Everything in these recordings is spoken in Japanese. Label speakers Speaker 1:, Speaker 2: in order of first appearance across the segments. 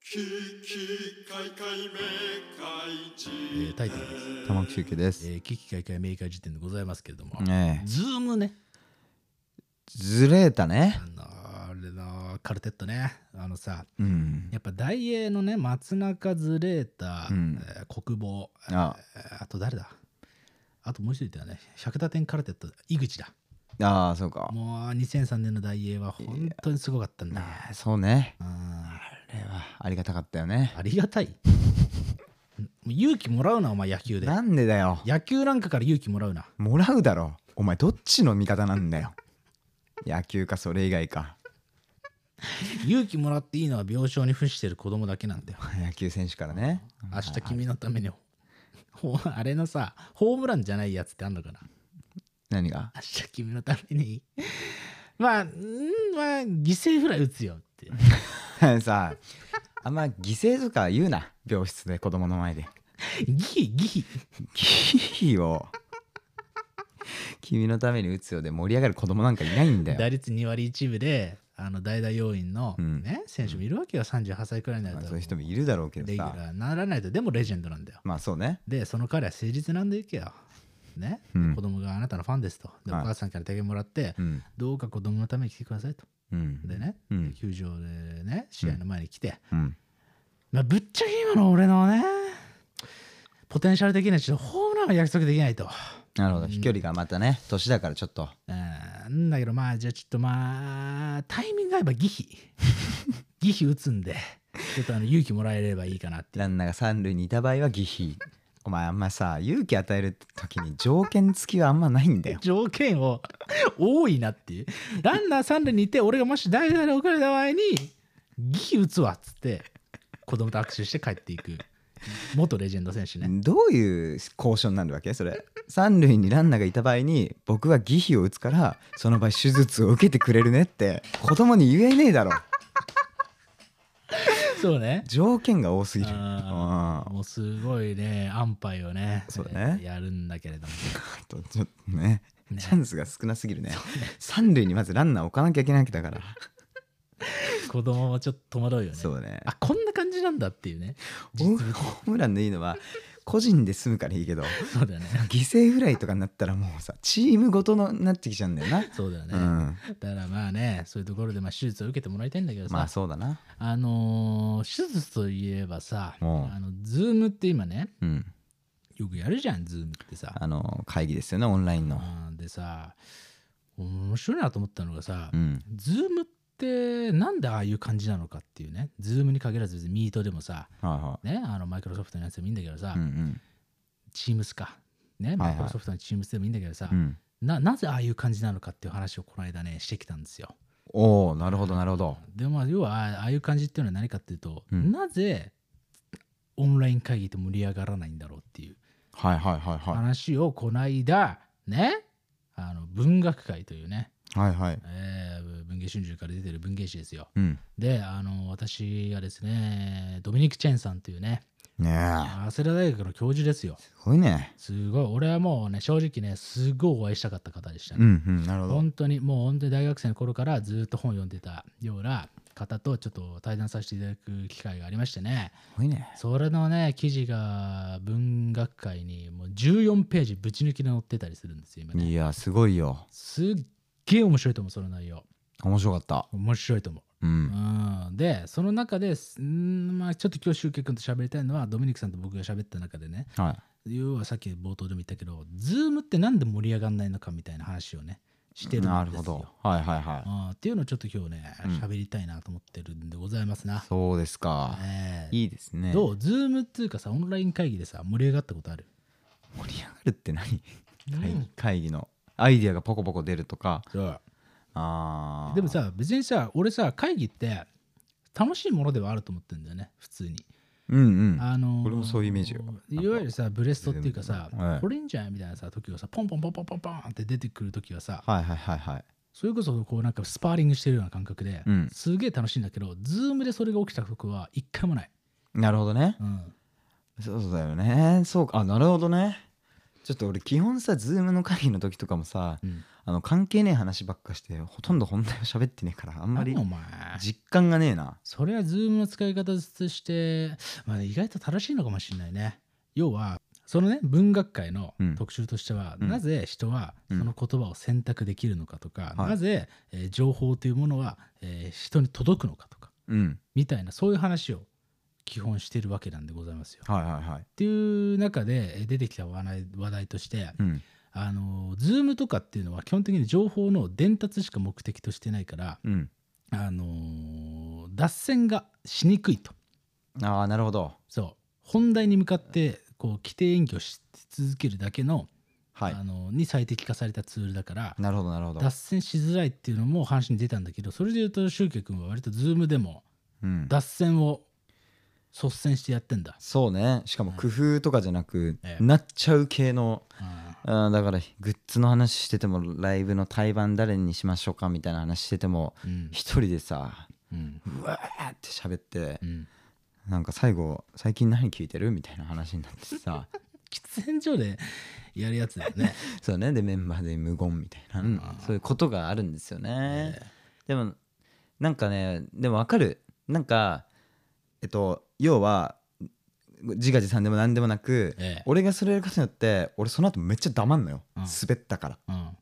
Speaker 1: ききかいかいめかいじ
Speaker 2: えータイトルです。
Speaker 3: 玉木周家です。
Speaker 2: えー、危機開会明快時点でございますけれども、
Speaker 3: ねえ
Speaker 2: ズームね、
Speaker 3: ずれたね。
Speaker 2: あのーあれのカルテットね、あのさ、
Speaker 3: うん。
Speaker 2: やっぱ大英のね、松中ズレータ、
Speaker 3: うん
Speaker 2: えー国防、
Speaker 3: あ
Speaker 2: えーあと誰だあともう一人いたよね、百田天カルテット、井口だ。
Speaker 3: ああ、そうか。
Speaker 2: もう2003年の大英は本当にすごかったんだ。
Speaker 3: ああそうね。
Speaker 2: うん
Speaker 3: あれはありがたかったよね。
Speaker 2: ありがた い。もう勇気もらうな、お前野球で。
Speaker 3: なんでだよ。
Speaker 2: 野球なんかから勇気もらうな。
Speaker 3: もらうだろ。お前どっちの味方なんだよ。野球かそれ以外か。
Speaker 2: 勇気もらっていいのは病床に付してる子供だけなんだよ。
Speaker 3: 野球選手からね。
Speaker 2: 明日君のために。ほあれのさ、ホームランじゃないやつってあんのかな
Speaker 3: 何が
Speaker 2: 明日君のために。まあ、んーまあ、犠牲フライ打つよって。
Speaker 3: さあ、あんま犠牲とか言うな。病室で子供の前で。
Speaker 2: ギヒギヒ。
Speaker 3: キーを。君のために打つようで盛り上がる子供なんかいないんだよ。
Speaker 2: 打率2割1分で、あの代打要員の、
Speaker 3: うん
Speaker 2: ね選手もいるわけよ、38歳くらいになる
Speaker 3: まあ
Speaker 2: と。
Speaker 3: そういう人もいるだろうけ
Speaker 2: レギ
Speaker 3: ど
Speaker 2: ュ
Speaker 3: さ。
Speaker 2: ラーにならないと、でもレジェンドなんだよ。
Speaker 3: まあそうね。
Speaker 2: で、その彼は誠実なんでいけよ。ね、
Speaker 3: うん
Speaker 2: 子供があなたのファンですと。で、お
Speaker 3: はい
Speaker 2: 母さんから手紙もらって、
Speaker 3: うん。
Speaker 2: どうか子供のために来てくださいと。
Speaker 3: うん。
Speaker 2: でね、
Speaker 3: うん
Speaker 2: 球場でね、試合の前に来て、
Speaker 3: うん。
Speaker 2: まあ、ぶっちゃけ今の俺のね、ポテンシャル的にはちょっとホームランは約束できないと。
Speaker 3: なるほど。飛距離がまたね、年だからちょっと。
Speaker 2: うん、だけどまあ、じゃあちょっとまあ、タイミング合えばギヒ。 ギヒ打つんで、ちょっとあの勇気もらえればいいかなって。
Speaker 3: ランナーが三塁にいた場合は疑飛。お前あんまさ、勇気与える時に条件付きはあんまないん だよ。
Speaker 2: 条件を多いなっていう。ランナー三塁にいて、俺がもし代打で送られた場合に、ギヒ打つわっつって、子供と握手して帰っていく。元レジェンド選手ね。
Speaker 3: どういう交渉になるわけそれ。三塁にランナーがいた場合に、僕は疑飛を打つから、その場合手術を受けてくれるねって、子供に言えねえだろ。
Speaker 2: そうね。
Speaker 3: 条件が多すぎる。
Speaker 2: あ
Speaker 3: あ
Speaker 2: ーもうすごいね、安牌をね、
Speaker 3: そうね
Speaker 2: えーやるんだけれども。
Speaker 3: とちょっとねチャンスが少なすぎるね三塁にまずランナー置かなきゃいけないわけだから
Speaker 2: 子供もちょっと戸惑うよね。
Speaker 3: そうね
Speaker 2: あ、こんな感じなんだっていうね。
Speaker 3: ホーホームランのいいのは個人で済むからいいけど
Speaker 2: そうだよね。
Speaker 3: 犠牲フライとかになったらもうさチームごとのなってきちゃうんだよな、
Speaker 2: そうだよね。
Speaker 3: うん
Speaker 2: だからまあね、そういうところでまあ手術を受けてもらいたいんだけどさ、
Speaker 3: まあそうだな
Speaker 2: あのー手術といえばさ、あ
Speaker 3: うん
Speaker 2: の、ズームって今ね、
Speaker 3: うん
Speaker 2: よくやるじゃん、ズームってさ。
Speaker 3: あの会議ですよねオンラインの
Speaker 2: うんでさ、面白いなと思ったのがさ
Speaker 3: う、ん
Speaker 2: ズームってなんでああいう感じなのかっていうね、ズームに限らず、別にミートでもさ、
Speaker 3: はいは
Speaker 2: ね、あのマイクロソフトのやつでもいいんだけどさ、
Speaker 3: いうん
Speaker 2: チームスか。ね、
Speaker 3: はい
Speaker 2: マイクロソフトのチームスでもいいんだけどさ、
Speaker 3: うんうん
Speaker 2: ななぜああいう感じなのかっていう話をこの間ねしてきたんですよ。
Speaker 3: おおなるほどなるほど
Speaker 2: でまあ要はああああいう感じっていうのは何かっていうと、
Speaker 3: うん
Speaker 2: なぜオンライン会議って盛り上がらないんだろうっていう
Speaker 3: はいはいはいは
Speaker 2: 話をこの間ねあの文学界というね、
Speaker 3: いはいはい
Speaker 2: えー文芸春秋から出てる文芸誌ですよ。
Speaker 3: うん
Speaker 2: であの私がですねドミニク・チェンさんというね
Speaker 3: ねえ
Speaker 2: 早稲田大学の教授ですよ。
Speaker 3: すごいね
Speaker 2: すごい俺はもうね正直ねすごいお会いしたかった方でしたね。
Speaker 3: うんうんなるほど
Speaker 2: 本当にもう本当に大学生の頃からずっと本読んでたような方とちょっと対談させていただく機会がありましてね
Speaker 3: すごいね
Speaker 2: それのね記事が文学界にもう14ページぶち抜きで載ってたりするんですよ今ね
Speaker 3: いやすごいよ
Speaker 2: すっげえ面白いと思うその内容
Speaker 3: 面白かった
Speaker 2: 面白いと思う
Speaker 3: う
Speaker 2: うんんでその中ですんまあちょっと今日シュウケイ君と喋りたいのはドミニクさんと僕が喋った中でね
Speaker 3: はい
Speaker 2: 要はさっき冒頭でも言ったけどズームってなんで盛り上がんないのかみたいな話をねしてるんですよ
Speaker 3: なるほどはいはいはい
Speaker 2: あーっていうのをちょっと今日ね
Speaker 3: うん
Speaker 2: 喋りたいなと思ってるんでございますな。
Speaker 3: そうですか
Speaker 2: えー
Speaker 3: いいですね
Speaker 2: どうズームっていうかさオンライン会議でさ盛り上がったことある
Speaker 3: 盛り上がるって何会会議のアイデアがポコポコ出るとかあー
Speaker 2: でもさ別にさ俺さ会議って楽しいものではあると思ってるんだよね普通に。
Speaker 3: うんうん
Speaker 2: あのー
Speaker 3: 俺もそういうイメージよ
Speaker 2: いわゆるさブレストっていうかさ
Speaker 3: 全部はい
Speaker 2: これいいんじゃないみたいなさ時をさポンポンポンポンポンポンって出てくる時はさ
Speaker 3: はいはいはいはい
Speaker 2: それこそこうなんかスパーリングしてるような感覚で
Speaker 3: うん
Speaker 2: すげえ楽しいんだけどズームでそれが起きた時は一回もない。
Speaker 3: なるほどね
Speaker 2: うん
Speaker 3: そうだよねそうかあなるほどねちょっと俺基本さズームの会議の時とかもさ
Speaker 2: うん
Speaker 3: あの関係ねえ話ばっかしてほとんど本題を喋ってねえからあんまり
Speaker 2: 何お前
Speaker 3: 実感がねえな
Speaker 2: それはズームの使い方として、まあ、意外と正しいのかもしれないね要はそのね文学界の
Speaker 3: うん
Speaker 2: 特集としては、
Speaker 3: うん
Speaker 2: なぜ人はそ
Speaker 3: うん
Speaker 2: の言葉を選択できるのかとか、
Speaker 3: はい
Speaker 2: なぜ、えー情報というものは、えー人に届くのかとか
Speaker 3: うん
Speaker 2: みたいなそういう話を基本してるわけなんでございますよ。っ
Speaker 3: はいはいはい
Speaker 2: ていう中でえー出てきた話題話題として、
Speaker 3: うん
Speaker 2: あの Zoom とかっていうのは基本的に情報の伝達しか目的としてないから、
Speaker 3: うん
Speaker 2: あの脱線がしにくいと
Speaker 3: ああなるほど
Speaker 2: そう本題に向かってこう規定演技をし続けるだけの、
Speaker 3: はい
Speaker 2: あのに最適化されたツールだから
Speaker 3: なるほどなるほど
Speaker 2: 脱線しづらいっていうのも話に出たんだけどそれでいうとシュウケイ君は割と Zoom でも
Speaker 3: うん
Speaker 2: 脱線を率先してやってんだ。
Speaker 3: そうねしかも工夫とかじゃなく、
Speaker 2: ええ
Speaker 3: なっちゃう系の
Speaker 2: うん
Speaker 3: あーだからグッズの話しててもライブの対バン誰にしましょうかみたいな話してても
Speaker 2: うん
Speaker 3: 一人でさ
Speaker 2: うん
Speaker 3: うわーって喋って
Speaker 2: うん
Speaker 3: なんか最後最近何聞いてるみたいな話になって さ
Speaker 2: 喫煙所でやるやつだよ ね。
Speaker 3: そうねでメンバーで無言みたいな、うんそういうことがあるんですよね、でもなんかねでもわかるなんかえっと要は自画自賛でも何でもなく、
Speaker 2: ええ
Speaker 3: 俺がそれやることによって俺その後めっちゃ黙んのよ、
Speaker 2: うん
Speaker 3: 滑ったから
Speaker 2: うん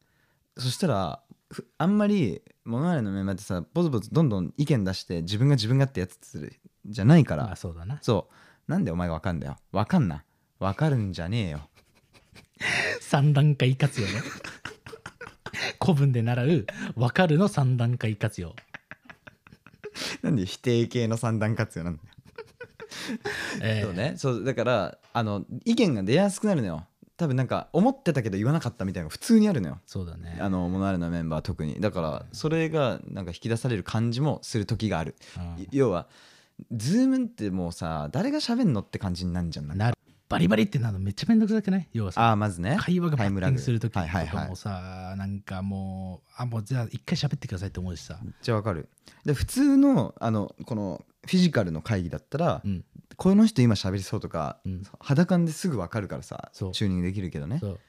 Speaker 3: そしたらふあんまり物まねのメンバーってさボツボツどんどん意見出して自分が自分がってやつするじゃないから、
Speaker 2: まあそうだな。
Speaker 3: そうなんでお前がわかんだよわかんなわかるんじゃねえよ
Speaker 2: 三段階活用ね 古文で習う分かるの三段階活用、
Speaker 3: なんで否定形の三段活用なんだよ
Speaker 2: えー
Speaker 3: そうねそうだからあの意見が出やすくなるのよ多分なんか思ってたけど言わなかったみたいなのが普通にあるのよ
Speaker 2: そうだね
Speaker 3: あのモノアレのメンバーは特にだからそれがなんか引き出される感じもする時がある、
Speaker 2: うん
Speaker 3: い要はズームってもうさ誰が喋んのって感じになるんじゃんなんか
Speaker 2: なるバリバリってなるのめっちゃめんどくさくない要はさ
Speaker 3: ああまずね
Speaker 2: 会話がバ
Speaker 3: タイ
Speaker 2: ッテ
Speaker 3: ムラ
Speaker 2: ィン
Speaker 3: グ
Speaker 2: グするときと
Speaker 3: はいはい
Speaker 2: か
Speaker 3: はい
Speaker 2: もさ、なんかもうあもうじゃあ一回喋ってくださいって思うしさ、
Speaker 3: めっちゃわかるで普通のあのこのフィジカルの会議だったら、
Speaker 2: うん、
Speaker 3: この人今喋りそうとか、
Speaker 2: うん
Speaker 3: 肌感ですぐわかるからさチ
Speaker 2: そ
Speaker 3: ュ
Speaker 2: う
Speaker 3: ーニングできるけどね
Speaker 2: そう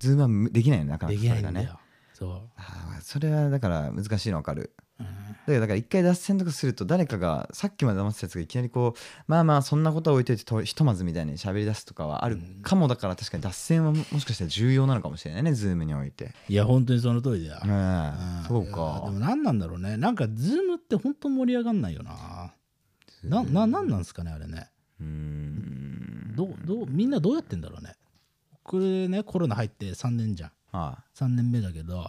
Speaker 3: ズームはむできないのなかな
Speaker 2: で
Speaker 3: か
Speaker 2: きないんだ
Speaker 3: それが
Speaker 2: よ、
Speaker 3: ね
Speaker 2: そ
Speaker 3: あーそれはだから難しいのわかる
Speaker 2: う、うん
Speaker 3: だけどだから一回脱線とかすると誰かがさっきまで黙ってたやつがいきなりこうまあまあそんなことは置いといてとひとまずみたいに喋り出すとかはあるかもだから確かに脱線はももしかしたら重要なのかもしれないねズームにおいて
Speaker 2: いや本当にその通りだよ、
Speaker 3: うん
Speaker 2: ん
Speaker 3: そう
Speaker 2: いやで
Speaker 3: か
Speaker 2: も何なんだろうねなんかズームって本当盛り上がんないよななななんなんですかねあれね
Speaker 3: うん
Speaker 2: どうどうみんなどうやってんだろうねこれねコロナ入って3年じゃん
Speaker 3: は
Speaker 2: 3年目だけど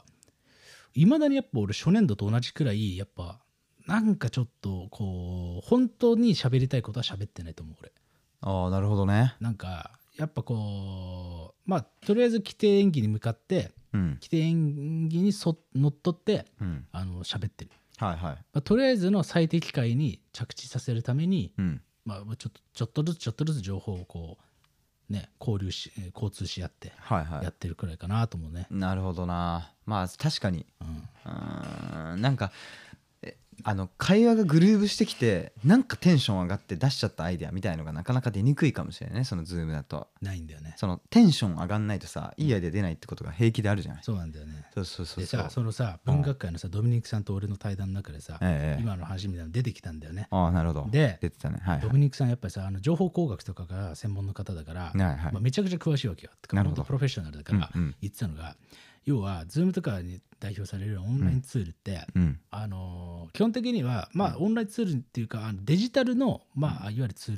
Speaker 2: いまだにやっぱ俺初年度と同じくらいやっぱなんかちょっとこう本当に喋りたいことは喋ってないと思う俺
Speaker 3: いああなるほどね
Speaker 2: なんかやっぱこうまあとりあえず規定演技に向かって
Speaker 3: うん
Speaker 2: 規定演技にそ乗っ取って
Speaker 3: うん
Speaker 2: あの喋ってる、
Speaker 3: はいはい
Speaker 2: まあ、とりあえずの最適解に着地させるために
Speaker 3: うん
Speaker 2: まあ、ちょっとちょっとずつちょっとずつ情報をこうね交流しえー交通し合って
Speaker 3: はいは
Speaker 2: やってるくらいかなと思うね、
Speaker 3: いなるほどなまあ確かに
Speaker 2: うん
Speaker 3: うーんなんかえあの会話がグルーブしてきてなんかテンション上がって出しちゃったアイデアみたいのがなかなか出にくいかもしれないねそのズームだと
Speaker 2: ないんだよね
Speaker 3: そのテンション上がんないとさいいアイデア出ないってことが平気であるじゃない
Speaker 2: そうなんだよね
Speaker 3: そうそうそう
Speaker 2: で
Speaker 3: そう
Speaker 2: さそのさ文学界のさ、ドミニクさんと俺の対談の中でさ、
Speaker 3: ええええ
Speaker 2: 今の話みたいなの出てきたんだよね、
Speaker 3: ああなるほど
Speaker 2: で
Speaker 3: 出てたねはい
Speaker 2: ドミニクさんやっぱりさあの情報工学とかが専門の方だから、
Speaker 3: はいはい
Speaker 2: まあ、めちゃくちゃ詳しいわけよてか
Speaker 3: なるほど
Speaker 2: 本当プロフェッショナルだから
Speaker 3: うんうん
Speaker 2: 言ってたのが、要は Zoom とかに代表されるオンラインツールって、
Speaker 3: うん
Speaker 2: あのー基本的には、まあ、オンラインツールっていうかあのデジタルの、まあ、いわゆるツー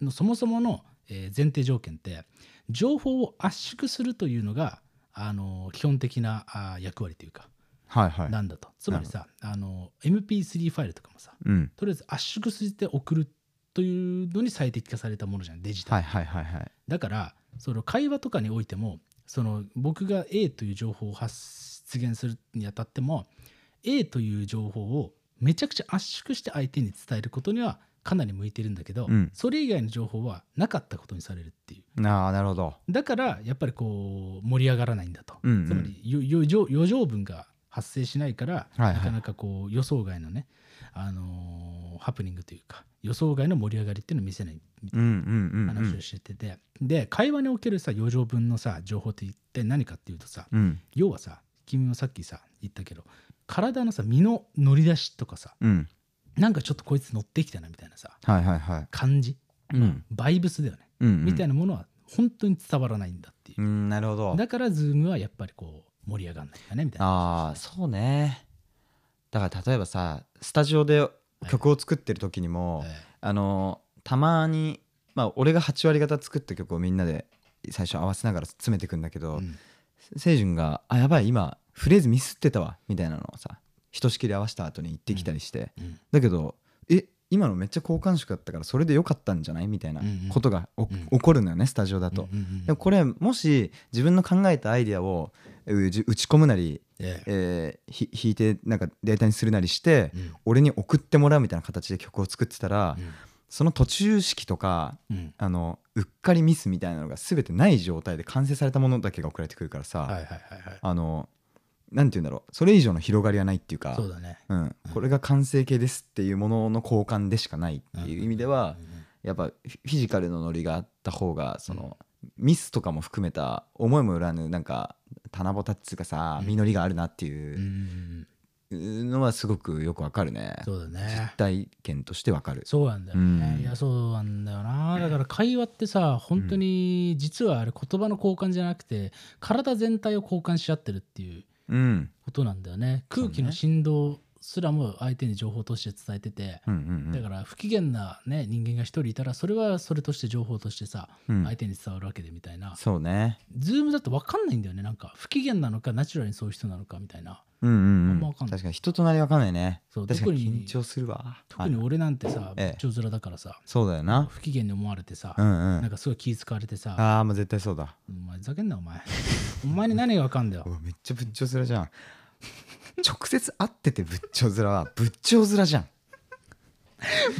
Speaker 2: ルのそもそもの、えー前提条件って情報を圧縮するというのが、あのー基本的なあー役割というか、
Speaker 3: はいはい
Speaker 2: なんだとつまりさ、あのー MP3 ファイルとかもさ
Speaker 3: うん
Speaker 2: とりあえず圧縮して送るというのに最適化されたものじゃんデジタル、
Speaker 3: はいはいはいはい
Speaker 2: だからその会話とかにおいてもその僕が A という情報を発出現するにあたっても A という情報をめちゃくちゃ圧縮して相手に伝えることにはかなり向いてるんだけど、
Speaker 3: うん
Speaker 2: それ以外の情報はなかったことにされるっていう
Speaker 3: ああなるほど
Speaker 2: だからやっぱりこう盛り上がらないんだと、
Speaker 3: うんうん
Speaker 2: つまりよ余剰余剰分が発生しないから、
Speaker 3: はいはい
Speaker 2: なかなかこう予想外のね、あのーハプニングというか予想外の盛り上がりっていうのを見せない
Speaker 3: うんうんうんう
Speaker 2: 話
Speaker 3: ん
Speaker 2: をしてて、で会話におけるさ余剰分のさ情報って一体何かっていうとさ
Speaker 3: うん
Speaker 2: 要はさ君もさっきさ言ったけど体のさ身の乗り出しとかさ
Speaker 3: うん
Speaker 2: なんかちょっとこいつ乗ってきたなみたいなさ
Speaker 3: はいはいはい
Speaker 2: 感じ
Speaker 3: うん
Speaker 2: バイブスだよね、
Speaker 3: うんうん
Speaker 2: みたいなものは本当に伝わらないんだっていうう、
Speaker 3: んなるほど
Speaker 2: だからズームはやっぱりこう盛り上がんないんだねみたいな
Speaker 3: ああそうねだから例えばさスタジオで曲を作ってる時にも、
Speaker 2: え
Speaker 3: あのたまにまあ俺が8割方作った曲をみんなで最初合わせながら詰めてくんだけ
Speaker 2: えう
Speaker 3: ど、
Speaker 2: ん
Speaker 3: せいじゅんが「あやばい今フレーズミスってたわ」みたいなのをさひとしきり合わせた後に言ってきたりして、
Speaker 2: うん
Speaker 3: だけど「え今のめっちゃ好感触だったからそれでよかったんじゃない?」みたいな
Speaker 2: うんうん
Speaker 3: ことがお
Speaker 2: うん
Speaker 3: 起こるのよねスタジオだと。
Speaker 2: うんうんうん
Speaker 3: でもこれもし自分の考えたアイデアをうじ打ち込むなり、
Speaker 2: ええ
Speaker 3: えーひ弾いてなんかデータにするなりして、
Speaker 2: うん
Speaker 3: 俺に送ってもらうみたいな形で曲を作ってたら、その途中式とか
Speaker 2: うんうん
Speaker 3: あのうっかりミスみたいなのが全てない状態で完成されたものだけが送られてくるからさ、
Speaker 2: はいはいはいはい
Speaker 3: あのなんて言うんだろうそれ以上の広がりはないっていうか
Speaker 2: そうだね
Speaker 3: うん、これが完成形ですっていうものの交換でしかないっていう意味では、やっぱフィジカルのノリがあった方がその、ミスとかも含めた思いもよらぬなんか棚ぼたっつうかさ
Speaker 2: うん
Speaker 3: 実りがあるなって
Speaker 2: う
Speaker 3: いうんのはすごくよくわかるね、
Speaker 2: そうだね
Speaker 3: 実体験としてわかる
Speaker 2: そうなんだよね、
Speaker 3: うん
Speaker 2: いやそうなんだよなだから会話ってさ本当に実はあれ言葉の交換じゃなくて体全体を交換し合ってるっていう
Speaker 3: うん
Speaker 2: ことなんだよね
Speaker 3: うね
Speaker 2: 空気の振動すらも相手に情報として伝えてて、
Speaker 3: うんうんう
Speaker 2: だ
Speaker 3: ん
Speaker 2: から不機嫌な、ね、人間が一人いたらそれはそれとして情報としてさ、
Speaker 3: うん
Speaker 2: 相手に伝わるわけでみたいな
Speaker 3: そうね
Speaker 2: ズームだと分かんないんだよねなんか不機嫌なのかナチュラルにそういう人なのかみたいな
Speaker 3: うんうん
Speaker 2: んま
Speaker 3: うん
Speaker 2: わかんない
Speaker 3: 確かに人となりわかんないね
Speaker 2: そう
Speaker 3: 確か
Speaker 2: 特に
Speaker 3: に緊張するわ
Speaker 2: 特に
Speaker 3: あ
Speaker 2: 俺なんてさ
Speaker 3: ええ
Speaker 2: 仏頂面だからさ
Speaker 3: そうだよな
Speaker 2: 不機嫌に思われてさ、
Speaker 3: うんうん
Speaker 2: なんかすごい気使われてさ
Speaker 3: ああもう絶対そうだ
Speaker 2: お前ふざけんなお 前お前に何がわかんだよ
Speaker 3: うわめっちゃ仏頂面じゃん直接会ってて仏頂面は仏頂面じゃん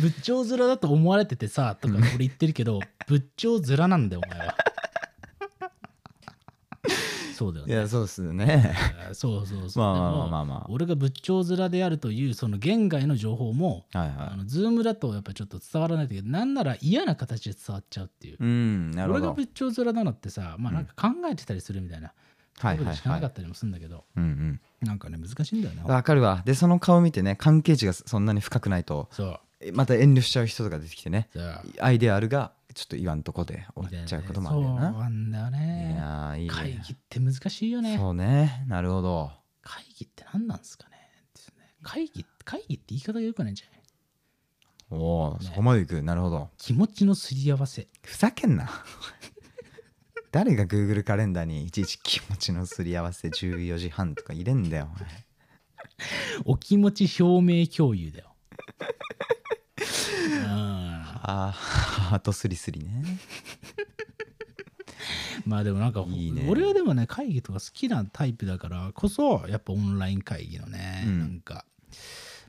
Speaker 2: 仏頂面だと思われててさとか俺言ってるけど仏頂面なんだよお前 はそうだよ
Speaker 3: い
Speaker 2: ね
Speaker 3: やそうっすね
Speaker 2: そうそうそう
Speaker 3: まあまあまあ
Speaker 2: でも
Speaker 3: まあまあ
Speaker 2: 俺が仏頂面であるというその言外の情報も
Speaker 3: はい
Speaker 2: あ
Speaker 3: は
Speaker 2: のズームだとやっぱちょっと伝わらないんだけどなんなら嫌な形で伝わっちゃうっていう
Speaker 3: いうんなるほ
Speaker 2: 俺が
Speaker 3: ど
Speaker 2: 仏頂面なのってさまあなんか考えてたりするみたいな
Speaker 3: はい
Speaker 2: こ
Speaker 3: は
Speaker 2: と
Speaker 3: い
Speaker 2: しかな
Speaker 3: は
Speaker 2: か
Speaker 3: い
Speaker 2: ったりもするんだけど、
Speaker 3: うん
Speaker 2: なんかね難しいんだよね
Speaker 3: うんわかるわでその顔見てね関係値がそんなに深くないと
Speaker 2: そう
Speaker 3: えまた遠慮しちゃう人とか出てきてね
Speaker 2: じゃあ
Speaker 3: アイデアあるがちょっと言わんとこで
Speaker 2: み
Speaker 3: 終
Speaker 2: たい
Speaker 3: わっ
Speaker 2: な
Speaker 3: ちゃう
Speaker 2: ね
Speaker 3: こともあるよ
Speaker 2: そう
Speaker 3: な
Speaker 2: なんだよ
Speaker 3: い
Speaker 2: ね
Speaker 3: やーいいね
Speaker 2: 会議って難しいよね
Speaker 3: そうねなるほど
Speaker 2: 会議って何なんですかねですね会議会議って言い方がよくないんじゃない
Speaker 3: おおーそこまでいくなるほど
Speaker 2: 気持ちのすり合わせ
Speaker 3: ふざけんな 誰が Google カレンダーにいちいち気持ちのすり合わせ14時半とか入れんだよお前
Speaker 2: お気持ち表明共有 だよ。うん
Speaker 3: あーハー トスリスリね
Speaker 2: まあでもなんか
Speaker 3: いいね
Speaker 2: 俺はでもね会議とか好きなタイプだからこそやっぱオンライン会議のね、
Speaker 3: うん
Speaker 2: なんか、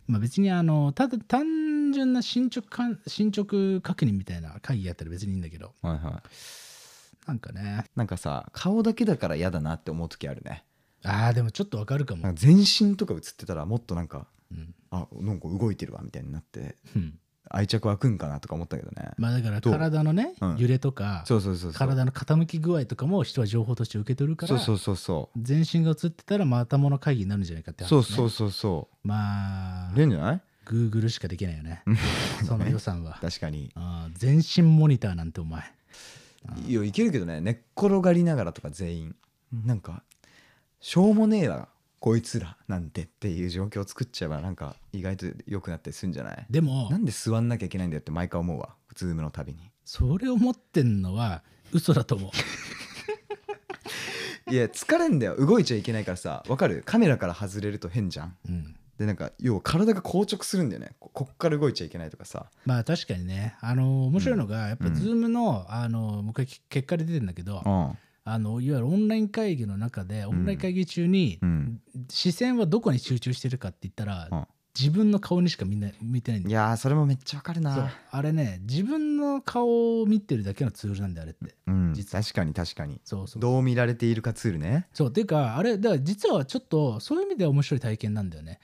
Speaker 2: まあ、別にあのただ単純な進捗かん進捗確認みたいな会議やったら別にいいんだけど
Speaker 3: はいはい
Speaker 2: なんかね
Speaker 3: なんかさ顔だけだから嫌だなって思う時あるね
Speaker 2: ああでもちょっとわかるかも、
Speaker 3: なんか全身とか映ってたらもっとなんか
Speaker 2: うん
Speaker 3: あなんか動いてるわみたいになって
Speaker 2: うん
Speaker 3: 愛着湧くんかなとか思ったけどね、
Speaker 2: まあだから
Speaker 3: どう
Speaker 2: 体のね、
Speaker 3: うん
Speaker 2: 揺れとか
Speaker 3: そうそうそうそう
Speaker 2: 体の傾き具合とかも人は情報として受け取るから
Speaker 3: そうそうそうそ
Speaker 2: 全身が映ってたらまたもの会議になるんじゃないかって
Speaker 3: う
Speaker 2: 話
Speaker 3: そ
Speaker 2: ね
Speaker 3: うそうそうそ
Speaker 2: まあ
Speaker 3: うい、れんじゃない
Speaker 2: Google しかできないよね。その予算は。
Speaker 3: 確かに
Speaker 2: あー全身モニターなんてお前。
Speaker 3: いやいけるけどね寝っ転がりながらとか全員なんかしょうもねえわこいつらなんてっていう状況を作っちゃえばなんか意外と良くなってすんじゃない
Speaker 2: でも
Speaker 3: な、んで座んなきゃいけないんだよって毎回思うわズームのたびに
Speaker 2: それを持ってんのは嘘だと思う。
Speaker 3: いや疲れんだよ動いちゃいけないからさわかるカメラから外れると変じゃん
Speaker 2: うん、
Speaker 3: でなんか要は体が硬直するんだよねここっから動いちゃいけないとかさ
Speaker 2: まあ確かにね、あのー面白いのが、やっぱ
Speaker 3: うん
Speaker 2: Zoom の、あのーもう一回け結果で出てんだけど、
Speaker 3: ん
Speaker 2: あのいわゆるオンライン会議の中で、オンライン会議中に、
Speaker 3: うん
Speaker 2: 視線はどこに集中してるかって言ったら、
Speaker 3: うん
Speaker 2: 自分の顔にしかみんな見てないんだよ
Speaker 3: いやーそれもめっちゃわかる
Speaker 2: そう
Speaker 3: な
Speaker 2: あれね自分の顔を見てるだけのツールなんだよあれって、
Speaker 3: うん
Speaker 2: 実
Speaker 3: 確かに確かに
Speaker 2: そうそう
Speaker 3: どう見られているかツールね
Speaker 2: そうっていうかあれだから実はちょっとそういう意味では面白い体験なんだよね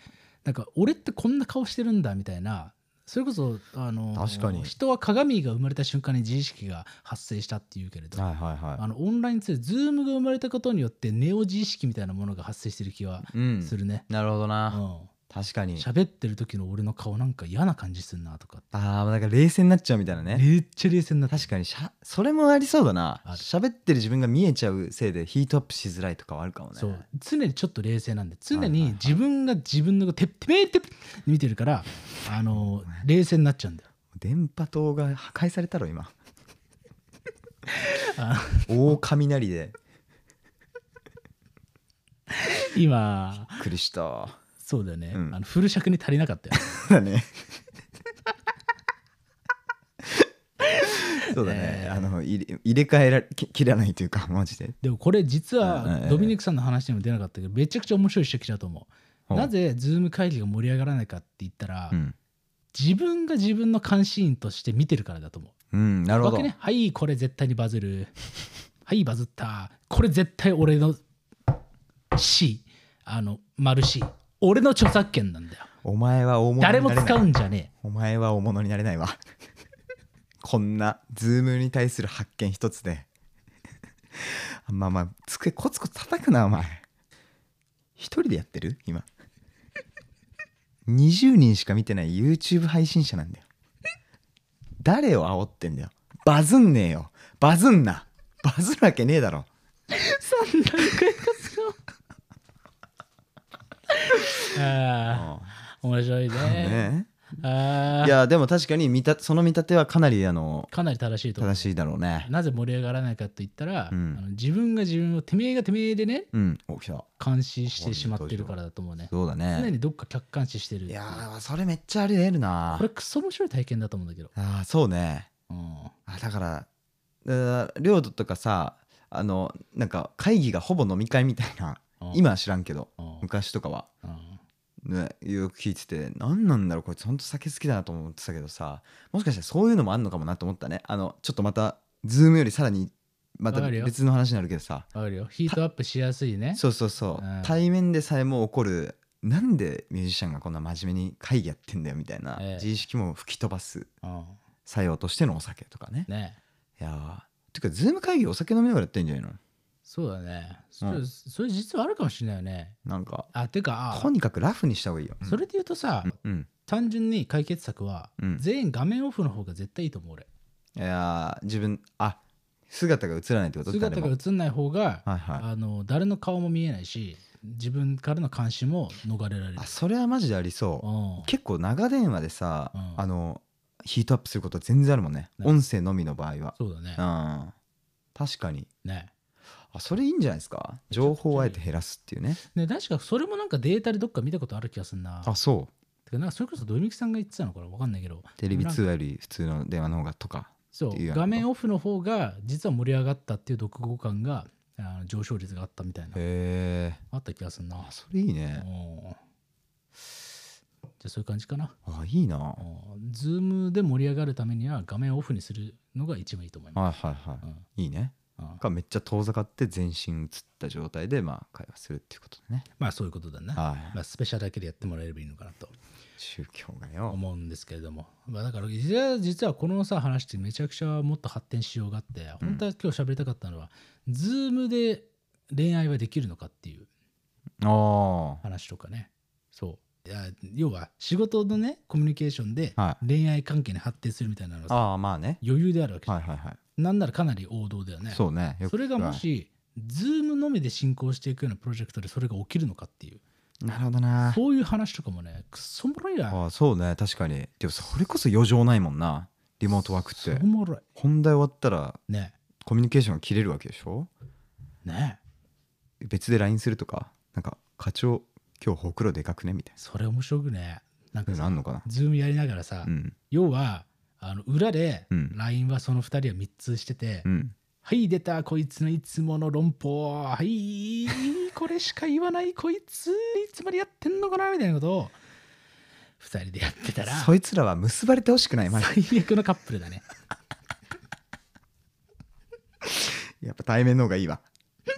Speaker 2: なんか俺ってこんな顔してるんだみたいなそれこそあの
Speaker 3: 確かに
Speaker 2: 人は鏡が生まれた瞬間に自意識が発生したっていうけれど、
Speaker 3: はいはいはい
Speaker 2: あのオンラインツール Zoom が生まれたことによってネオ自意識みたいなものが発生してる気は
Speaker 3: うん
Speaker 2: するね。
Speaker 3: なるほど
Speaker 2: う
Speaker 3: な、
Speaker 2: ん
Speaker 3: 確かに
Speaker 2: 喋ってる時の俺の顔なんか嫌な感じするなとか
Speaker 3: あーなんか冷静になっちゃうみたいなね
Speaker 2: めっちゃ冷静になって
Speaker 3: 確かにしゃそれもありそうだな
Speaker 2: ある
Speaker 3: 喋ってる自分が見えちゃうせいでヒートアップしづらいとかはあるかもね
Speaker 2: そう常にちょっと冷静なんで常
Speaker 3: はいはいは
Speaker 2: に
Speaker 3: い
Speaker 2: 自分が自分のててめえて見てるからあの冷静になっちゃうんだよ
Speaker 3: 電波塔が破壊されたろ今
Speaker 2: あ
Speaker 3: 大雷で
Speaker 2: 今
Speaker 3: びっくりした
Speaker 2: そうだよね、
Speaker 3: うん
Speaker 2: あのフル尺に足りなかったよ
Speaker 3: だねそうだね、
Speaker 2: ね
Speaker 3: あの入れ入れ替えらき切らないというかマジで
Speaker 2: でもこれ実
Speaker 3: うんうんう
Speaker 2: は
Speaker 3: ん
Speaker 2: ドミニクさんの話にも出なかったけどめちゃくちゃ面白い指摘だと思うな
Speaker 3: ぜ、
Speaker 2: ぜズーム会議が盛り上がらないかって言ったら、
Speaker 3: うん、
Speaker 2: 自分が自分の監視員として見てるからだと思う
Speaker 3: うん、なるほ
Speaker 2: わ
Speaker 3: ど、
Speaker 2: けねはいこれ絶対にバズる はいバズったこれ絶対俺の C あの丸 C 俺の著作権なんだよ
Speaker 3: お前は大物になれ
Speaker 2: 誰
Speaker 3: な
Speaker 2: も
Speaker 3: い
Speaker 2: 使うんじゃね
Speaker 3: お前は大物になれないわこんなズームに対する発見一つでまあまあ机コツコツ叩くなお前一人でやってる今20人しか見てない YouTube 配信者なんだよ誰を煽ってんだよバズんねえよバズんなバズるわけねえだろ
Speaker 2: えそんな回か使うああ面白いね
Speaker 3: ね
Speaker 2: あ
Speaker 3: えい
Speaker 2: あ
Speaker 3: やでも確かに見たその見立てはかなりあの
Speaker 2: かなり正しいと思う
Speaker 3: 正しいだろうね
Speaker 2: なぜ盛り上がらないかと言ったら、
Speaker 3: うん
Speaker 2: あの自分が自分をてめえがてめえでね
Speaker 3: うんおきた
Speaker 2: 監視してしまってるからだと思うね
Speaker 3: そうだね
Speaker 2: 常にどっか客観視してる
Speaker 3: いやーそれめっちゃありえるな
Speaker 2: これクソ面白い体験だと思うんだけど、
Speaker 3: あーそうね
Speaker 2: うん、
Speaker 3: あだからうー領土とかさあのなんか会議がほぼ飲み会みたいな
Speaker 2: うん
Speaker 3: 今は知らんけど
Speaker 2: うん
Speaker 3: 昔とかは、
Speaker 2: うん
Speaker 3: ね、よく聞いてて何なんだろうこいつほんと酒好きだなと思ってたけどさもしかしたらそういうのもあんのかもなと思ったねあのちょっとまたズームよりさらにまた
Speaker 2: わかるよ
Speaker 3: 別の話になるけどさ
Speaker 2: わかるよヒートアップしやすいね
Speaker 3: そうそうそう、
Speaker 2: うん
Speaker 3: 対面でさえも起こるなんでミュージシャンがこんな真面目に会議やってんだよみたいな、
Speaker 2: ええ
Speaker 3: 自意識も吹き飛ばす
Speaker 2: うん
Speaker 3: 作用としてのお酒とかね。
Speaker 2: ね
Speaker 3: いやーてか、ズーム会議お酒飲みながらやってんじゃないの
Speaker 2: そうだねそ,、
Speaker 3: うん
Speaker 2: それ実はあるかもしれないよね
Speaker 3: なんか、
Speaker 2: あてか
Speaker 3: とにかくラフにした方がいいよ。
Speaker 2: それで言うとさ、
Speaker 3: うん。
Speaker 2: 単純に解決策は、
Speaker 3: うん
Speaker 2: 全員画面オフの方が絶対いいと思う俺
Speaker 3: いやー自分、あ姿が映らないってこと
Speaker 2: 姿が
Speaker 3: 誰も
Speaker 2: 映んない方が、
Speaker 3: はいはい。
Speaker 2: あの誰の顔も見えないし自分からの監視も逃れられる
Speaker 3: あ、それはマジでありそうう。
Speaker 2: ん
Speaker 3: 結構長電話でさ、
Speaker 2: うん
Speaker 3: あの、ヒートアップすること全然あるもんね。
Speaker 2: ね
Speaker 3: 音声のみの場合は。
Speaker 2: そうだね
Speaker 3: うん。確かに。
Speaker 2: ね
Speaker 3: あ、それいいんじゃないですか。情報をあえて減らすっていうね。
Speaker 2: ね確かそれもなんかデータでどっか見たことある気がするな
Speaker 3: あ、そう。
Speaker 2: てかなんかそれこそドミキさんが言ってたのかなわかんないけど
Speaker 3: テレビ
Speaker 2: なんか
Speaker 3: 通話より普通の電話の方がとか。
Speaker 2: そ
Speaker 3: っていう
Speaker 2: う
Speaker 3: ようなこ
Speaker 2: 画
Speaker 3: と
Speaker 2: 面オフの方が実は盛り上がったっていう独語感があの上昇率があったみたいな
Speaker 3: へえ。
Speaker 2: あった気がするな
Speaker 3: あ、それいいね。
Speaker 2: おーじゃあそういう感じかな
Speaker 3: あいいなは
Speaker 2: おーズームで盛り上がるためには画面オフにするのが一番いいと思い
Speaker 3: い
Speaker 2: ま
Speaker 3: はいは
Speaker 2: す、うん
Speaker 3: いいいね
Speaker 2: うん
Speaker 3: かめっちゃ遠ざかって全身映った状態でまあ会話するっていうことだね
Speaker 2: まあそういうことだね、
Speaker 3: はい
Speaker 2: まあ、スペシャルだけでやってもらえればいいのかなと
Speaker 3: 宗教がよ
Speaker 2: 思うんですけれども、まあ、だから実は実はこのさ話ってめちゃくちゃもっと発展しようがあって本当は今日喋りたかったのは、ズームで恋愛はできるのかっていう
Speaker 3: あ
Speaker 2: 話とかねそういや要は仕事のねコミュニケーションで
Speaker 3: は
Speaker 2: 恋愛関係に発展するみたいなのは
Speaker 3: あ
Speaker 2: さ、
Speaker 3: ああまあね
Speaker 2: 余裕であるわけじゃん、
Speaker 3: はいはいはい
Speaker 2: なんならかなり王道だよね
Speaker 3: そうねよく
Speaker 2: それがもし、Zoom のみで進行していくようなプロジェクトでそれが起きるのかっていう
Speaker 3: なるほどな
Speaker 2: そういう話とかもねくっそおもろいな
Speaker 3: あそうね確かにでもそれこそ余剰ないもんなリモートワーク
Speaker 2: そ
Speaker 3: っ
Speaker 2: う
Speaker 3: て
Speaker 2: おもろい
Speaker 3: 本題終わったら
Speaker 2: ね
Speaker 3: コミュニケーションが切れるわけでしょ
Speaker 2: ね
Speaker 3: 別で LINE するとかなんか課長今日ほくろでかくねみたい
Speaker 2: それ面白くねなん
Speaker 3: な
Speaker 2: か
Speaker 3: そういうのあんのかな
Speaker 2: ズームやりながらさ、
Speaker 3: うん
Speaker 2: 要はあの裏で
Speaker 3: うん
Speaker 2: LINE はその2人は3つしてて、
Speaker 3: うん
Speaker 2: はい出たこいつのいつもの論法はいこれしか言わないこいついつまでやってんのかなみたいなことを2人でやってたら
Speaker 3: そいつらは結ばれてほしくないマジで
Speaker 2: 最悪のカップルだね
Speaker 3: やっぱ対面の方がいいわ。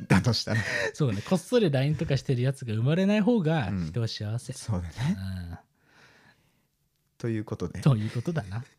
Speaker 3: だとしたら。
Speaker 2: そうねこっそり LINE とかしてるやつが生まれない方が
Speaker 3: うん
Speaker 2: 人は幸せ、
Speaker 3: そうだね。
Speaker 2: うん
Speaker 3: ということで
Speaker 2: ということだな。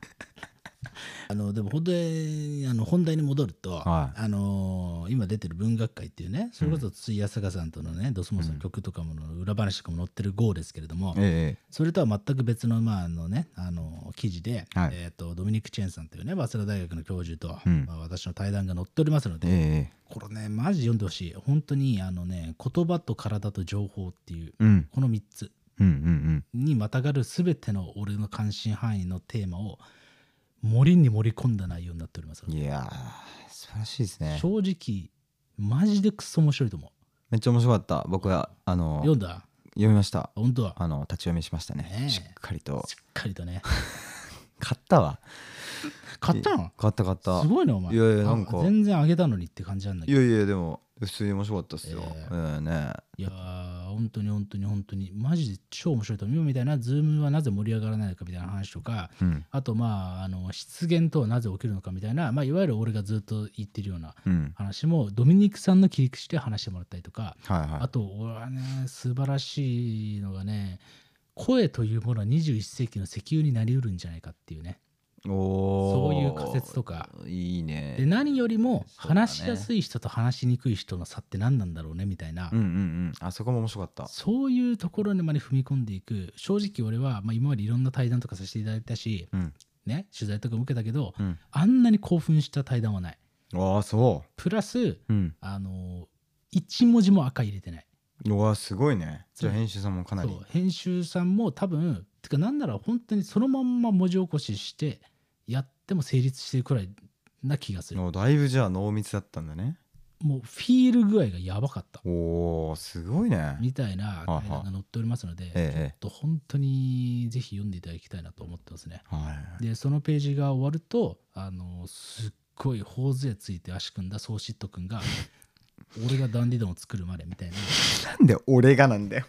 Speaker 2: あのでも本当にあの本題に戻ると、
Speaker 3: はい
Speaker 2: あのー今出てる文学界っていうねそれこそ筒井康隆さんとのねドスモスの曲とかもの裏話とかも載ってる号ですけれども、
Speaker 3: え
Speaker 2: それとは全く別の,、まああのね、あの記事で、
Speaker 3: はい
Speaker 2: えー、とドミニク・チェンさんというね早稲田大学の教授と、
Speaker 3: うん
Speaker 2: まあ、私の対談が載っておりますの
Speaker 3: え
Speaker 2: で、
Speaker 3: え
Speaker 2: これねマジ読んでほしい本当にあのね言葉と体と情報っていう
Speaker 3: えうん
Speaker 2: この3つ
Speaker 3: うんうん
Speaker 2: にまたがる全ての俺の関心範囲のテーマを森に盛り込んだ内容になっておりますの
Speaker 3: うん
Speaker 2: で、
Speaker 3: いやー素晴らしいですね
Speaker 2: 正直マジでクソ面白いと思
Speaker 3: めっちゃ面白かった僕はあ
Speaker 2: う
Speaker 3: の
Speaker 2: 読んだ
Speaker 3: 読みました
Speaker 2: 本当は
Speaker 3: あの立ち読みしました
Speaker 2: ね
Speaker 3: ね
Speaker 2: え
Speaker 3: しっかりと
Speaker 2: しっかりと ね
Speaker 3: 買ったわ
Speaker 2: 買ったの
Speaker 3: 買った買った
Speaker 2: すごいねお前
Speaker 3: いやいやなんか
Speaker 2: あ全然あげたのにって感じなんだ
Speaker 3: い
Speaker 2: けど
Speaker 3: やいやでも普通に面白かったっすよ
Speaker 2: え
Speaker 3: ええね
Speaker 2: いやー本当に本当に本当にマジで超面白いと思う今みたいなズームはなぜ盛り上がらないのかみたいな話とか
Speaker 3: うん
Speaker 2: あとまああの失言とはなぜ起きるのかみたいな、まあ、いわゆる俺がずっと言ってるような
Speaker 3: うん
Speaker 2: 話もドミニクさんの切り口で話してもらったりとか
Speaker 3: はいはい
Speaker 2: あと俺はね素晴らしいのがね声というものは21世紀の石油になりうるんじゃないかっていうね
Speaker 3: お
Speaker 2: そう
Speaker 3: ー
Speaker 2: いう仮説とか
Speaker 3: いいね
Speaker 2: で何よりも
Speaker 3: そうだね
Speaker 2: 話しやすい人と話しにくい人の差って何なんだろうねみたいな
Speaker 3: うんうんうんあそこも面白かった
Speaker 2: そういうところにまで踏み込んでいく正直俺は、まあ、今までいろんな対談とかさせていただいたし、
Speaker 3: うん
Speaker 2: ね、取材とかも受けたけど
Speaker 3: うん
Speaker 2: あんなに興奮した対談はない
Speaker 3: ああそ
Speaker 2: プラス
Speaker 3: ううん
Speaker 2: あの1文字も赤入れてない。
Speaker 3: うわすごいねじゃあ
Speaker 2: そう
Speaker 3: 編集さんもかな
Speaker 2: そう
Speaker 3: り
Speaker 2: 編集さんも多分てかなんなら本当にそのまんま文字起こししてやっても成立してるくらいな気がする
Speaker 3: おだいぶじゃあ濃密だったんだね
Speaker 2: もうフィール具合がやばかった
Speaker 3: おーすごいね
Speaker 2: みたいな
Speaker 3: はは
Speaker 2: 対談が載っておりますのでちょっ
Speaker 3: えええ
Speaker 2: と本当にぜひ読んでいただきたいなと思ってますね
Speaker 3: えはい
Speaker 2: でそのページが終わるとあのすっごい頬杖ついて足組んだソーシット君 が俺がダンディドンを作るまでみたいな
Speaker 3: なんで俺がなんだよ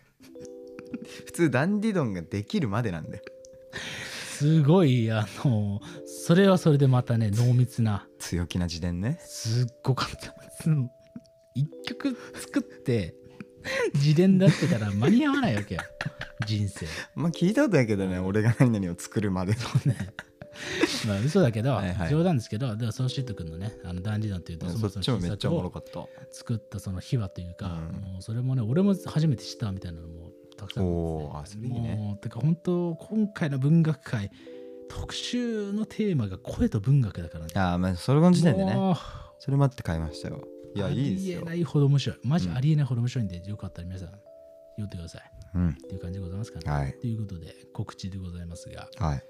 Speaker 3: 普通ダンディドンができるまでなんだよ
Speaker 2: すごいあのそれはそれでまたね濃密な
Speaker 3: 強気な自伝ね
Speaker 2: すっごかったです一曲作って自伝出してたら間に合わないわけよ人生
Speaker 3: まあ聞いたことやけどね俺が何々を作るまで
Speaker 2: まあ嘘だけど、
Speaker 3: はいはい
Speaker 2: 冗談ですけどでもそのシート君のねあのダンディダンっていうと
Speaker 3: うん
Speaker 2: そ
Speaker 3: そ
Speaker 2: も
Speaker 3: っ
Speaker 2: そも
Speaker 3: ちもめっ
Speaker 2: 新
Speaker 3: ちゃお
Speaker 2: 作
Speaker 3: もろ
Speaker 2: を
Speaker 3: かった
Speaker 2: 作ったその秘話というか、
Speaker 3: うん
Speaker 2: もうそれもね俺も初めて知ったみたいなのもたくさん
Speaker 3: おーあ
Speaker 2: って
Speaker 3: それいいね
Speaker 2: もうてか本当今回の文学界特集のテーマが声と文学だからね
Speaker 3: ああまあそれの時点でね
Speaker 2: もう
Speaker 3: それ待って買いましたよいやいいです
Speaker 2: あ
Speaker 3: よ
Speaker 2: りえないほど面白いマジありえないほど面白いんで、よかったら皆さん読んでください
Speaker 3: うん
Speaker 2: っていう感じでございますかね。
Speaker 3: はい
Speaker 2: ということで告知でございますが、
Speaker 3: はい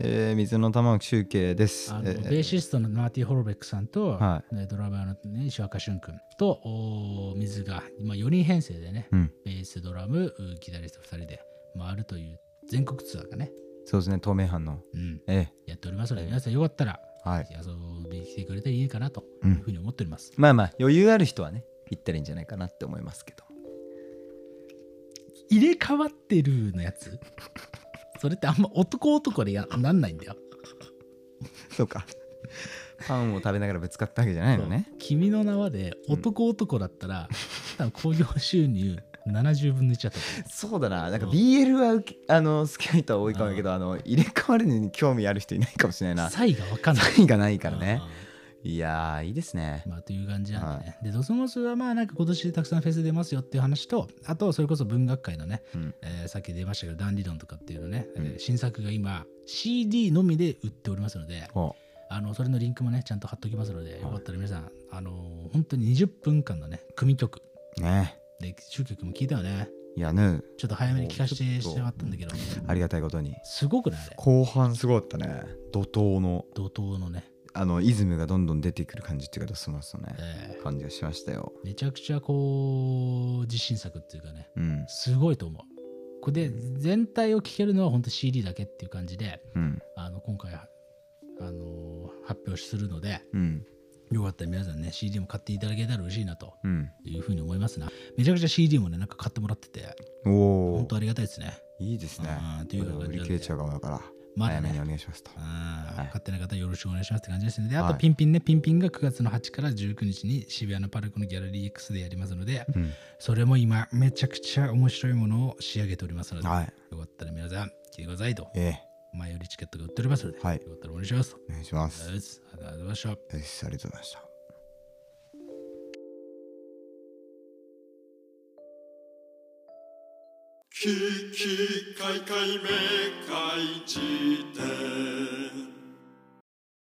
Speaker 3: えー、水の玉置集計です
Speaker 2: あの
Speaker 3: え
Speaker 2: ベーシストのマーティ・ホロベックさんと、
Speaker 3: は
Speaker 2: ねドラマーの、ね、石若俊君とおー水が今4人編成でね、
Speaker 3: うん
Speaker 2: ベースドラムうーギタリスト2人で回るという全国ツアーがね、
Speaker 3: そうですね透明版の
Speaker 2: うん、
Speaker 3: え
Speaker 2: やっておりますので皆さんよかったら
Speaker 3: えはい
Speaker 2: 遊びに来てくれたらいいかなと
Speaker 3: うん
Speaker 2: いうふうに思っております。
Speaker 3: まあまあ余裕ある人はね行ったらいいんじゃないかなって思いますけど
Speaker 2: 入れ替わってるのや つそれってあんま男男でやなんないんだよ。
Speaker 3: そうかパンを食べながらぶつかったわけじゃないのね
Speaker 2: 君の名はで男男だったら、多分興行収入70分の1だったと思
Speaker 3: そうだななんか
Speaker 2: うん
Speaker 3: BL は受けあの好きな人は多いかもやけどあの入れ替わるのに興味ある人いないかもしれ ないうな
Speaker 2: 差異が分かんない
Speaker 3: サインがないからねいやーいいですね
Speaker 2: うんまあという感じなんでね、でドスモスはまあなんか今年たくさんフェス出ますよっていう話とあとそれこそ文学界のね、
Speaker 3: うん
Speaker 2: えーさっき出ましたけど「ダン理論」とかっていうのね、えー新作が今 CD のみで売っておりますので
Speaker 3: お
Speaker 2: あのそれのリンクもねちゃんと貼っときますのでよかったら皆さん、あのー本当に20分間のね組曲
Speaker 3: ね
Speaker 2: で集曲も聞いたよね
Speaker 3: いやね
Speaker 2: ちょっと早めに聞かせ
Speaker 3: も
Speaker 2: て
Speaker 3: うちょっと
Speaker 2: しまったんだけど
Speaker 3: ありがたいことに
Speaker 2: すごくないあれ
Speaker 3: 後半すごかったね怒涛の
Speaker 2: 怒涛のね、
Speaker 3: あのイズムがどんどん出てくる感じっていうかそのそのね
Speaker 2: え
Speaker 3: 感じがしましたよ
Speaker 2: ーめちゃくちゃこう自信作っていうかね
Speaker 3: うん
Speaker 2: すごいと思うこれで全体を聴けるのは本当 CD だけっていう感じで
Speaker 3: うん
Speaker 2: あの今回あのー発表するので
Speaker 3: うん
Speaker 2: よかったら皆さんね CD も買っていただけたら嬉しいなと
Speaker 3: うん
Speaker 2: いうふうに思いますなめちゃくちゃ CD もねなんか買ってもらってて
Speaker 3: お
Speaker 2: 本
Speaker 3: お
Speaker 2: 当ありがたいですね
Speaker 3: いいですね
Speaker 2: あーという感じなんで
Speaker 3: 売り切れちゃうかもだから
Speaker 2: まだ
Speaker 3: 早めに
Speaker 2: ね
Speaker 3: お願いしますと
Speaker 2: あー
Speaker 3: はい
Speaker 2: 買ってない方よろしくお願いしますって感じですね。で、あと
Speaker 3: はい
Speaker 2: ピンピンね、ピンピンが9月の8から19日に渋谷のパルコのギャラリー X でやりますので、
Speaker 3: うん
Speaker 2: それも今めちゃくちゃ面白いものを仕上げておりますので、
Speaker 3: はい
Speaker 2: よかったら皆さん来てくださいと
Speaker 3: ええ
Speaker 2: 前よりチケットが売っておりますので、
Speaker 3: はい
Speaker 2: よかったらお願いします。
Speaker 3: お願いします
Speaker 2: ありがとうございますありがとうございました。
Speaker 3: よしありがとうございました
Speaker 1: 「ききかいかいめかいじてん」